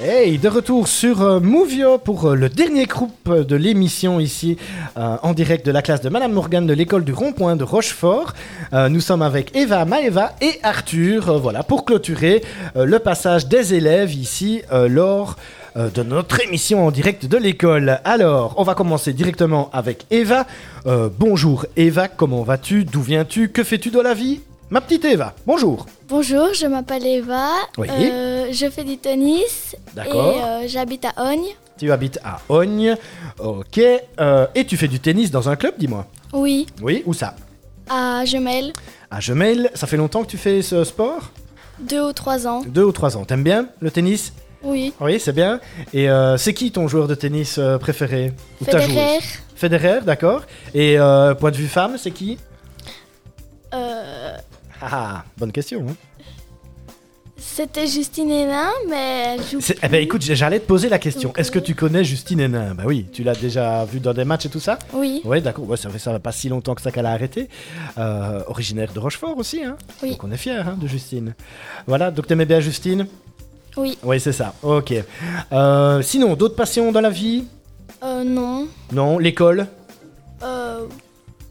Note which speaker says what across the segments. Speaker 1: Hey, de retour sur euh, Movio pour euh, le dernier groupe euh, de l'émission ici, euh, en direct de la classe de Madame Morgan de l'école du Rond-Point de Rochefort. Euh, nous sommes avec Eva, Maeva et Arthur, euh, voilà, pour clôturer euh, le passage des élèves ici euh, lors euh, de notre émission en direct de l'école. Alors, on va commencer directement avec Eva. Euh, bonjour Eva, comment vas-tu D'où viens-tu Que fais-tu de la vie Ma petite Eva, bonjour.
Speaker 2: Bonjour, je m'appelle Eva.
Speaker 1: Oui.
Speaker 2: Euh, je fais du tennis.
Speaker 1: D'accord.
Speaker 2: Et euh, j'habite à Ogne.
Speaker 1: Tu habites à Ogne, ok. Euh, et tu fais du tennis dans un club, dis-moi.
Speaker 2: Oui,
Speaker 1: Oui, où ça
Speaker 2: à Gemelle.
Speaker 1: À Gemelle, ça fait longtemps que tu fais ce sport
Speaker 2: Deux ou trois ans.
Speaker 1: Deux ou trois ans. T'aimes bien le tennis
Speaker 2: Oui.
Speaker 1: Oui, c'est bien. Et euh, c'est qui ton joueur de tennis euh, préféré Ou ta
Speaker 2: Federer.
Speaker 1: joueuse Federer, d'accord. Et euh, point de vue femme, c'est qui
Speaker 2: euh,
Speaker 1: Ah, ah, bonne question. hein.
Speaker 2: C'était Justine Hénin, mais elle joue.
Speaker 1: C'est- Eh ben écoute, j'allais te poser la question.
Speaker 2: Ok.
Speaker 1: Est-ce que tu connais Justine Hénin Bah oui, tu l'as déjà vue dans des matchs et tout ça
Speaker 2: Oui,
Speaker 1: Ouais, d'accord. Ouais, ça fait ça va pas si longtemps que ça qu'elle a arrêté. Euh, originaire de Rochefort aussi, hein.
Speaker 2: Oui.
Speaker 1: Donc on est fiers hein, de Justine. Voilà. Donc t'aimais bien Justine
Speaker 2: oui.
Speaker 1: Oui, c'est ça. Ok. Euh, sinon, d'autres passions dans la vie
Speaker 2: Euh, non.
Speaker 1: Non. L'école
Speaker 2: Euh,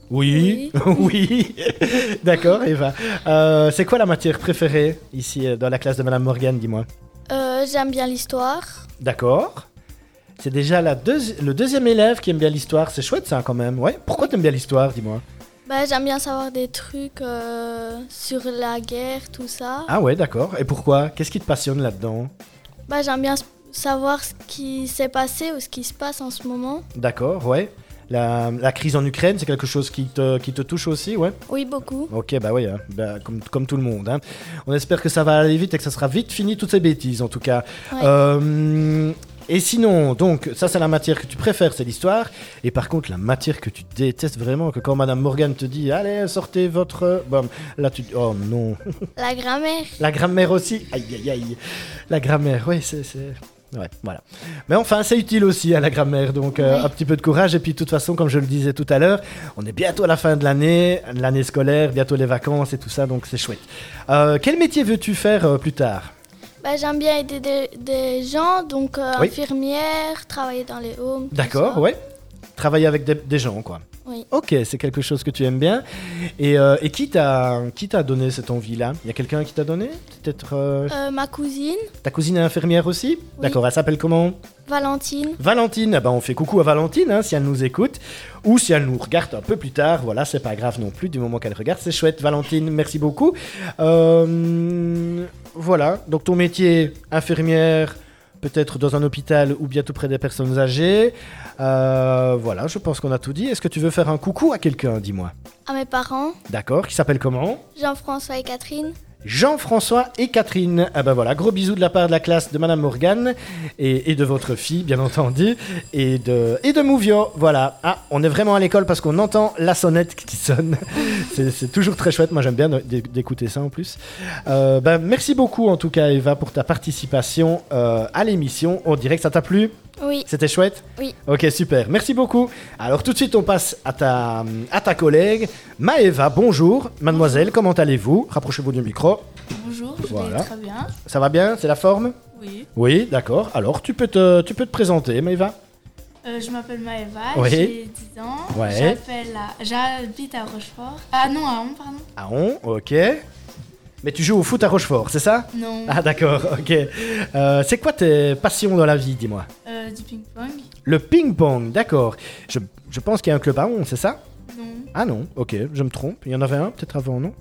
Speaker 1: Oui. Oui. d'accord, Eva. Euh, c'est quoi la matière préférée ici euh, dans la classe de Madame Morgan Dis-moi.
Speaker 2: euh, j'aime bien l'histoire.
Speaker 1: D'accord. C'est déjà la deuxi- le deuxième élève qui aime bien l'histoire. C'est chouette ça quand même. Ouais. Pourquoi t'aimes bien l'histoire Dis-moi.
Speaker 2: Bah, j'aime bien savoir des trucs euh, sur la guerre, tout ça.
Speaker 1: Ah ouais, d'accord. Et pourquoi Qu'est-ce qui te passionne là-dedans
Speaker 2: Bah, j'aime bien s- savoir ce qui s'est passé ou ce qui se passe en ce moment.
Speaker 1: D'accord, ouais. La, la crise en Ukraine, c'est quelque chose qui te, qui te touche aussi, ouais
Speaker 2: Oui, beaucoup.
Speaker 1: Ok, bah oui, hein. Bah, comme, comme tout le monde. hein. On espère que ça va aller vite et que ça sera vite fini, toutes ces bêtises en tout cas.
Speaker 2: Ouais.
Speaker 1: Euh, et sinon, donc, ça c'est la matière que tu préfères, c'est l'histoire. Et par contre, la matière que tu détestes vraiment, que quand Madame Morgan te dit, allez, sortez votre... Bon, là tu... Oh non.
Speaker 2: La grammaire.
Speaker 1: La grammaire aussi. Aïe, aïe, aïe. La grammaire, oui, c'est. c'est- Ouais, voilà. Mais enfin, c'est utile aussi à la grammaire, donc euh,
Speaker 2: Oui.
Speaker 1: un petit peu de courage. Et puis, de toute façon, comme je le disais tout à l'heure, on est bientôt à la fin de l'année, de l'année scolaire, bientôt les vacances et tout ça, donc c'est chouette. Euh, quel métier veux-tu faire euh, plus tard
Speaker 2: Bah, j'aime bien aider des, des gens, donc euh,
Speaker 1: Oui.
Speaker 2: infirmière, travailler dans les homes. tout
Speaker 1: D'accord,
Speaker 2: ça.
Speaker 1: ouais. Travailler avec des, des gens, quoi.
Speaker 2: Oui.
Speaker 1: Ok, c'est quelque chose que tu aimes bien. Et, euh, et qui t'a qui t'a donné cette envie-là Il y a quelqu'un qui t'a donné Peut-être euh,
Speaker 2: Euh, ma cousine,
Speaker 1: ta cousine est infirmière aussi D'accord, elle s'appelle comment
Speaker 2: Valentine.
Speaker 1: Valentine, eh ben on fait coucou à Valentine hein, si elle nous écoute ou si elle nous regarde un peu plus tard. Voilà, c'est pas grave non plus du moment qu'elle regarde. C'est chouette, Valentine, merci beaucoup. Euh, voilà, donc ton métier, infirmière, peut-être dans un hôpital ou bien tout près des personnes âgées. Euh, voilà, je pense qu'on a tout dit. Est-ce que tu veux faire un coucou à quelqu'un, dis-moi
Speaker 2: À mes parents,
Speaker 1: D'accord, qui s'appelle comment
Speaker 2: Jean-François et Catherine.
Speaker 1: Jean-François et Catherine. Ah ben voilà, gros bisous de la part de la classe de Madame Morgane et, et de votre fille, bien entendu, et de, et de Mouvio. Voilà. Ah, on est vraiment à l'école parce qu'on entend la sonnette qui sonne. C'est c'est toujours très chouette. Moi, j'aime bien d'é- d'écouter ça en plus. Euh, ben, merci beaucoup, en tout cas, Eva, pour ta participation euh, à l'émission. On dirait que ça t'a plu.
Speaker 2: Oui,
Speaker 1: C'était chouette
Speaker 2: Oui.
Speaker 1: Ok, super. Merci beaucoup. Alors tout de suite, on passe à ta, à ta collègue, Maëva. Bonjour, mademoiselle, comment allez-vous Rapprochez-vous du micro.
Speaker 3: Bonjour, je
Speaker 1: Voilà.
Speaker 3: vais très bien.
Speaker 1: Ça va bien C'est la forme
Speaker 3: Oui.
Speaker 1: Oui, d'accord. Alors tu peux te, tu peux te présenter, Maëva
Speaker 3: Euh, je m'appelle Maëva,
Speaker 1: Oui.
Speaker 3: j'ai 10 ans.
Speaker 1: Ouais.
Speaker 3: J'appelle à- J'habite à Rochefort. Ah non, à Hon, pardon.
Speaker 1: Ah on, ok. Mais tu joues au foot à Rochefort, c'est ça
Speaker 3: Non,
Speaker 1: Ah d'accord, ok. Euh, c'est quoi tes passions dans la vie, dis-moi
Speaker 3: euh, du ping-pong.
Speaker 1: Le ping-pong, d'accord. Je, je pense qu'il y a un club à 11, c'est ça
Speaker 3: Non,
Speaker 1: Ah non, ok, je me trompe. Il y en avait un peut-être avant, non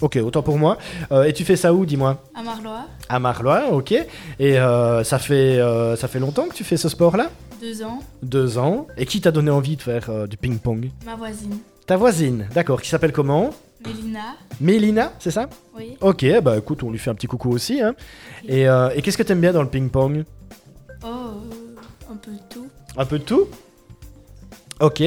Speaker 1: Ok, autant pour moi. Euh, et tu fais ça où, dis-moi
Speaker 3: à Marlois,
Speaker 1: À Marlois, ok. Et euh, ça, fait, euh, ça fait longtemps que tu fais ce sport-là
Speaker 3: 2 ans,
Speaker 1: Deux ans. Et qui t'a donné envie de faire euh, du ping-pong
Speaker 3: ma voisine.
Speaker 1: Ta voisine, d'accord, qui s'appelle comment
Speaker 3: Mélina,
Speaker 1: Mélina, c'est ça
Speaker 3: oui.
Speaker 1: Ok, bah écoute, on lui fait un petit coucou aussi. hein. Et, euh, et qu'est-ce que t'aimes bien dans le ping-pong
Speaker 3: Oh, euh, un peu tout.
Speaker 1: Un peu de tout Ok.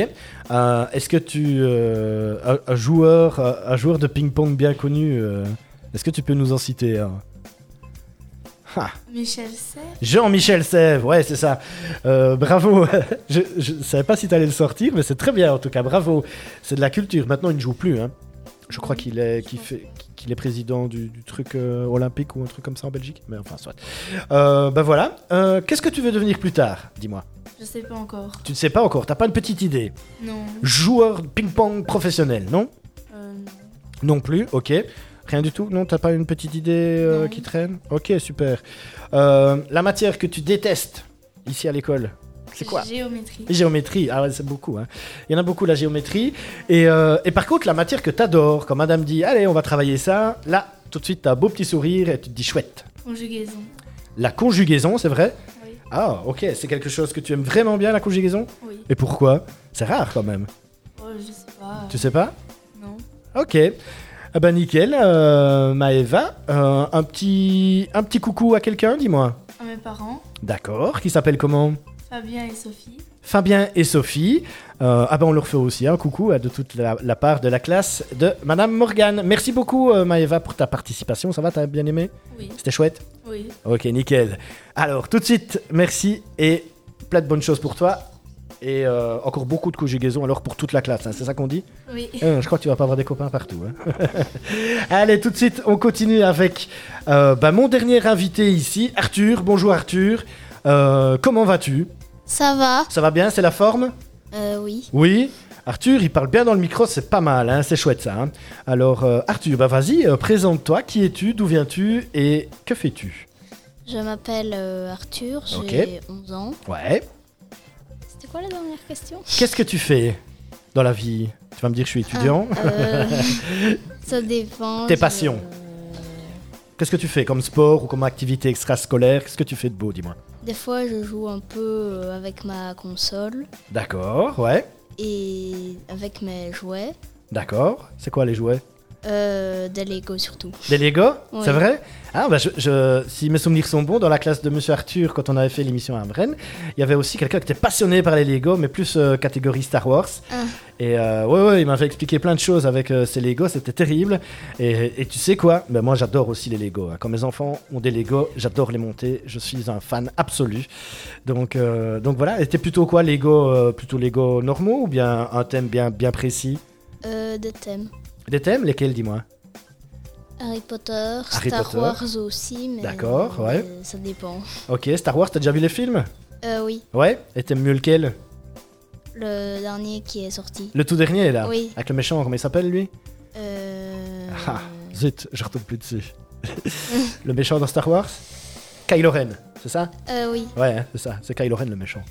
Speaker 1: Euh, Est-ce que tu. euh, un, un joueur, un, un joueur de ping-pong bien connu, euh, est-ce que tu peux nous en citer un Ah,
Speaker 3: Michel Serre,
Speaker 1: Jean-Michel Sèvres, ouais, c'est ça. Euh, bravo. je, je savais pas si t'allais le sortir, mais c'est très bien en tout cas. Bravo. C'est de la culture. Maintenant, il ne joue plus. Hein. Je crois qu'il est, qu'il fait, Belgique. Il est président du, du truc euh, olympique ou un truc comme ça en Belgique. Mais enfin, soit. Euh, bah voilà. Euh, Qu'est-ce que tu veux devenir plus tard Dis-moi.
Speaker 3: Je sais pas encore.
Speaker 1: Tu ne sais pas encore. T'as pas une petite idée.
Speaker 3: Non.
Speaker 1: Joueur de ping-pong professionnel, non
Speaker 3: Euh, non.
Speaker 1: Non plus. Ok. Rien du tout Non, t'as pas une petite idée euh,
Speaker 3: Non.
Speaker 1: qui traîne Ok, super. Euh, la matière que tu détestes ici à l'école, c'est quoi
Speaker 3: Géométrie.
Speaker 1: Géométrie, ah ouais, c'est beaucoup. hein. Il y en a beaucoup, la géométrie. Et, euh, et par contre, la matière que t'adores, quand madame dit, allez, on va travailler ça, là, tout de suite, t'as un beau petit sourire et tu te dis, chouette.
Speaker 3: Conjugaison.
Speaker 1: La conjugaison, c'est vrai
Speaker 3: Oui.
Speaker 1: Ah, ok, c'est quelque chose que tu aimes vraiment bien, la conjugaison
Speaker 3: Oui.
Speaker 1: Et pourquoi C'est rare quand même.
Speaker 3: Oh, je sais pas.
Speaker 1: Tu sais pas
Speaker 3: Non.
Speaker 1: Ok. Ah bah nickel, euh, Maëva, euh, un, petit, un petit coucou à quelqu'un, dis-moi.
Speaker 3: À mes parents,
Speaker 1: D'accord, qui s'appelle comment
Speaker 3: Fabien et Sophie.
Speaker 1: Fabien et Sophie. Euh, ah ben on leur fait aussi un coucou à de toute la, la part de la classe de Madame Morgane. Merci beaucoup euh, Maëva pour ta participation. Ça va, t'as bien aimé
Speaker 3: Oui.
Speaker 1: C'était chouette
Speaker 3: Oui.
Speaker 1: Ok, nickel. Alors tout de suite, merci et plein de bonnes choses pour toi. Et euh, encore beaucoup de conjugaisons alors pour toute la classe, hein, c'est ça qu'on dit
Speaker 3: Oui.
Speaker 1: Hein, Je crois que tu vas pas avoir des copains partout. hein. Allez, tout de suite, on continue avec euh, bah, mon dernier invité ici, Arthur. Bonjour Arthur. Euh, comment vas-tu
Speaker 2: Ça va
Speaker 1: Ça va bien C'est la forme
Speaker 2: Euh, oui.
Speaker 1: oui, Arthur, il parle bien dans le micro, c'est pas mal, hein, c'est chouette ça. hein. Alors, euh, Arthur, bah vas-y, euh, présente-toi. Qui es-tu D'où viens-tu Et que fais-tu
Speaker 2: Je m'appelle euh, Arthur, j'ai
Speaker 1: Ok.
Speaker 2: 11 ans.
Speaker 1: Ouais.
Speaker 2: C'était quoi la dernière question
Speaker 1: Qu'est-ce que tu fais dans la vie Tu vas me dire, je suis étudiant.
Speaker 2: Ah, euh, Ça dépend.
Speaker 1: Tes
Speaker 2: je- euh,
Speaker 1: passions. Qu'est-ce que tu fais comme sport ou comme activité extrascolaire Qu'est-ce que tu fais de beau, dis-moi
Speaker 2: Des fois, je joue un peu euh, avec ma console
Speaker 1: D'accord, ouais.
Speaker 2: et avec mes jouets,
Speaker 1: D'accord. C'est quoi les jouets
Speaker 2: euh, des Lego surtout.
Speaker 1: Des Lego
Speaker 2: Oui.
Speaker 1: C'est vrai Ah, bah, je, je- si mes souvenirs sont bons, dans la classe de Monsieur Arthur, quand on avait fait l'émission à Bren, il y avait aussi quelqu'un qui était passionné par les Lego, mais plus euh, catégorie Star Wars.
Speaker 2: Ah.
Speaker 1: Et euh, ouais, ouais, il m'avait expliqué plein de choses avec euh, ces Lego, c'était terrible. Et, et tu sais quoi Ben, Moi, j'adore aussi les Lego. hein. Quand mes enfants ont des Lego, j'adore les monter. Je suis un fan absolu. Donc, euh, donc voilà. Et t'es plutôt quoi Lego euh, Plutôt Lego normaux ou bien un thème bien, bien précis
Speaker 2: Euh, des thèmes.
Speaker 1: Des thèmes Lesquels, dis-moi
Speaker 2: Harry Potter,
Speaker 1: Harry
Speaker 2: Star
Speaker 1: Potter.
Speaker 2: Wars aussi, mais
Speaker 1: D'accord, ouais.
Speaker 2: euh, ça dépend.
Speaker 1: Ok, Star Wars, t'as déjà vu les films
Speaker 2: Euh, oui,
Speaker 1: Ouais Et t'aimes mieux lequel
Speaker 2: le dernier qui est sorti.
Speaker 1: Le tout dernier, là
Speaker 2: Oui.
Speaker 1: Avec le méchant, comment il s'appelle, lui
Speaker 2: Euh,
Speaker 1: Ah, zut, je retombe plus dessus. le méchant dans Star Wars Kylo Ren, c'est ça
Speaker 2: euh, oui,
Speaker 1: Ouais, hein, c'est ça, c'est Kylo Ren le méchant.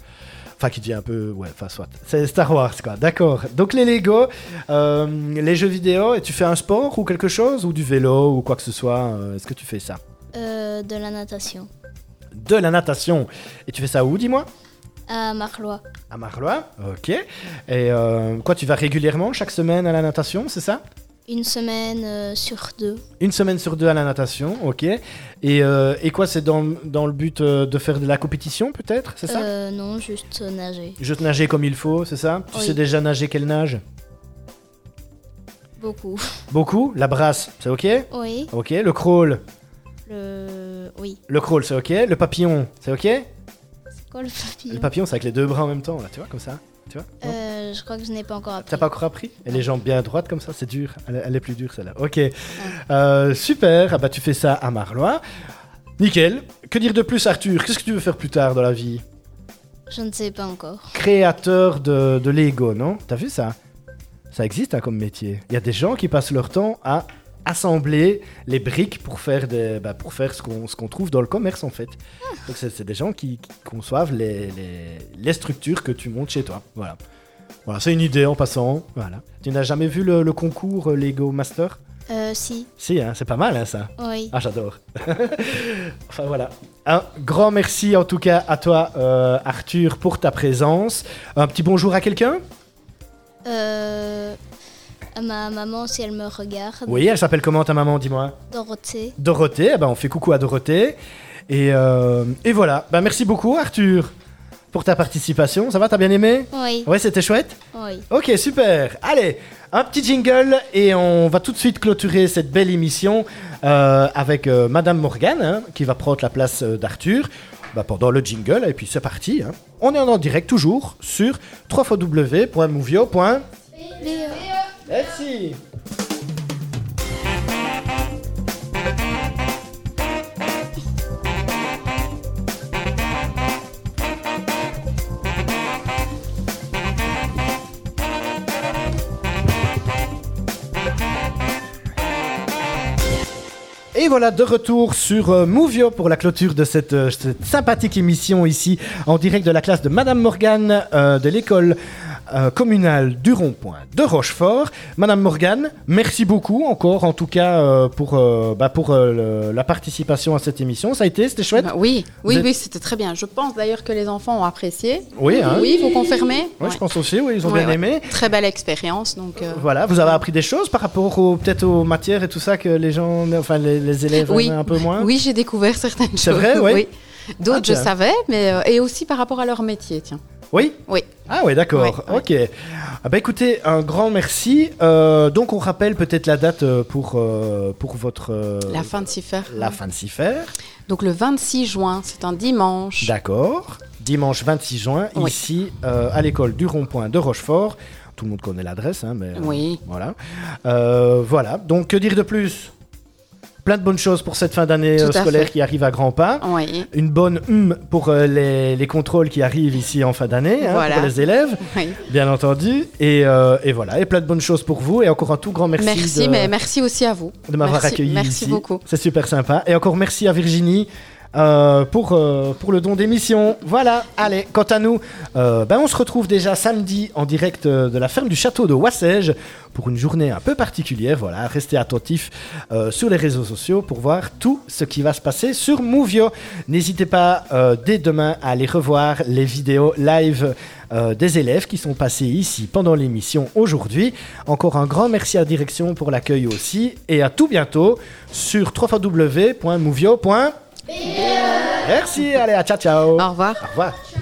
Speaker 1: Enfin, qui devient un peu... Ouais, enfin, soit. C'est Star Wars, quoi, d'accord. Donc les Lego, euh, les jeux vidéo, et tu fais un sport ou quelque chose Ou du vélo ou quoi que ce soit euh, Est-ce que tu fais ça
Speaker 2: euh, de la natation.
Speaker 1: De la natation. Et tu fais ça où, dis-moi
Speaker 2: À Marlois,
Speaker 1: À Marlois, ok. Et euh, quoi, tu vas régulièrement chaque semaine à la natation, c'est ça
Speaker 2: une semaine euh, sur deux.
Speaker 1: Une semaine sur deux à la natation, ok. Et, euh, et quoi, c'est dans, dans le but euh, de faire de la compétition, peut-être, c'est ça
Speaker 2: Euh, non, juste nager.
Speaker 1: Je te nager comme il faut, c'est ça Tu
Speaker 2: Oui.
Speaker 1: sais déjà nager quelle nage
Speaker 2: Beaucoup.
Speaker 1: Beaucoup La brasse, c'est ok
Speaker 2: Oui,
Speaker 1: Ok. Le crawl
Speaker 2: le... Oui,
Speaker 1: Le crawl, c'est ok. Le papillon, c'est ok
Speaker 2: c'est quoi le papillon
Speaker 1: Le papillon, c'est avec les deux bras en même temps, là, tu vois, comme ça Tu vois Non
Speaker 2: Euh, Je crois que je n'ai pas encore appris.
Speaker 1: T'as pas encore appris Et les jambes bien droites comme ça, c'est dur. Elle, est- elle est plus dure celle-là. Ok. Euh, super. Ah bah tu fais ça à Marlois. Nickel. Que dire de plus, Arthur Qu'est-ce que tu veux faire plus tard dans la vie
Speaker 2: Je ne sais pas encore.
Speaker 1: Créateur de, de Lego, non T'as vu ça Ça existe hein, comme métier. Il y a des gens qui passent leur temps à assembler les briques pour faire, des, bah, pour faire ce qu'on ce qu'on trouve dans le commerce en fait. Donc c'est c'est des gens qui, qui conçoivent les, les, les structures que tu montes chez toi. Voilà. Voilà, c'est une idée en passant. Voilà. Tu n'as jamais vu le, le concours euh, Lego Master
Speaker 2: Euh, si,
Speaker 1: Si, hein, c'est pas mal hein, ça.
Speaker 2: oui.
Speaker 1: Ah, j'adore. enfin, voilà. Un grand merci en tout cas à toi, euh, Arthur, pour ta présence. Un petit bonjour à quelqu'un
Speaker 2: Euh, à ma maman, si elle me regarde,
Speaker 1: Oui, elle s'appelle comment ta maman, dis-moi
Speaker 2: Dorothée,
Speaker 1: Dorothée. Eh ben, on fait coucou à Dorothée. Et, euh, et voilà. Ben, merci beaucoup, Arthur, pour ta participation. Ça va, t'as bien aimé
Speaker 2: oui,
Speaker 1: Ouais, c'était chouette
Speaker 2: oui.
Speaker 1: Ok, super. Allez, un petit jingle et on va tout de suite clôturer cette belle émission euh, avec euh, Madame Morgane hein, qui va prendre la place euh, d'Arthur bah, pendant le jingle et puis c'est parti. hein. On est en direct toujours sur www.movio.com. Merci. voilà, de retour sur euh, Mouvio pour la clôture de cette, euh, cette sympathique émission ici, en direct de la classe de Madame Morgane euh, de l'école euh, communale du rond-point de Rochefort. Madame Morgane, merci beaucoup encore, en tout cas, euh, pour, euh, bah, pour euh, le- la participation à cette émission. Ça a été, c'était chouette
Speaker 4: Bah oui, oui,
Speaker 1: Vous
Speaker 4: oui, c'était très bien. Je pense d'ailleurs que les enfants ont apprécié.
Speaker 1: Oui, hein
Speaker 4: Oui, vous confirmez
Speaker 1: Ouais,
Speaker 4: Ouais.
Speaker 1: je pense aussi, oui, ils ont
Speaker 4: Ouais,
Speaker 1: bien
Speaker 4: ouais.
Speaker 1: aimé.
Speaker 4: Très belle expérience, donc. euh,
Speaker 1: Voilà, vous avez appris des choses par rapport au- peut-être aux matières et tout ça que les gens, enfin les, les élèves
Speaker 4: Oui,
Speaker 1: aiment un peu moins.
Speaker 4: oui, j'ai découvert certaines choses.
Speaker 1: C'est vrai, ouais.
Speaker 4: D'autres,
Speaker 1: Ah,
Speaker 4: je
Speaker 1: tiens.
Speaker 4: savais, mais euh, et aussi par rapport à leur métier, tiens.
Speaker 1: Oui
Speaker 4: Oui.
Speaker 1: Ah oui, d'accord.
Speaker 4: Ouais, ouais.
Speaker 1: Ok. Ah bah écoutez, un grand merci. Euh, donc on rappelle peut-être la date euh, pour euh, pour votre euh,
Speaker 4: La fin de s'y faire.
Speaker 1: la fin de s'y faire.
Speaker 4: Donc le 26 juin, c'est un dimanche.
Speaker 1: D'accord. Dimanche 26 juin
Speaker 4: Oui.
Speaker 1: ici euh, à l'école du rond-point de Rochefort. Tout le monde connaît l'adresse, hein, mais euh,
Speaker 4: Oui.
Speaker 1: voilà. Euh, voilà. Donc que dire de plus Plein de bonnes choses pour cette fin d'année
Speaker 4: Tout
Speaker 1: euh,
Speaker 4: à
Speaker 1: scolaire
Speaker 4: fait.
Speaker 1: qui arrive à grands pas.
Speaker 4: Oui.
Speaker 1: une bonne hum pour euh, les, les contrôles qui arrivent ici en fin d'année hein,
Speaker 4: Voilà.
Speaker 1: pour les élèves,
Speaker 4: oui.
Speaker 1: bien entendu. Et, euh, et voilà, et plein de bonnes choses pour vous. Et encore un tout grand merci,
Speaker 4: Merci,
Speaker 1: de,
Speaker 4: mais merci aussi à vous.
Speaker 1: de m'avoir
Speaker 4: Merci-
Speaker 1: accueilli
Speaker 4: Merci
Speaker 1: ici.
Speaker 4: beaucoup.
Speaker 1: C'est super sympa. Et encore merci à Virginie. euh, pour, euh, pour le don d'émission. Voilà, allez, quant à nous, euh, ben on se retrouve déjà samedi en direct euh, de la ferme du château de Wassège pour une journée un peu particulière. Voilà, restez attentifs euh, sur les réseaux sociaux pour voir tout ce qui va se passer sur Mouvio. N'hésitez pas euh, dès demain à aller revoir les vidéos live euh, des élèves qui sont passés ici pendant l'émission aujourd'hui. Encore un grand merci à Direction pour l'accueil aussi et à tout bientôt sur www.mouvio.be. Merci, allez, à ciao ciao. Oh.
Speaker 4: Au revoir.
Speaker 1: Au revoir.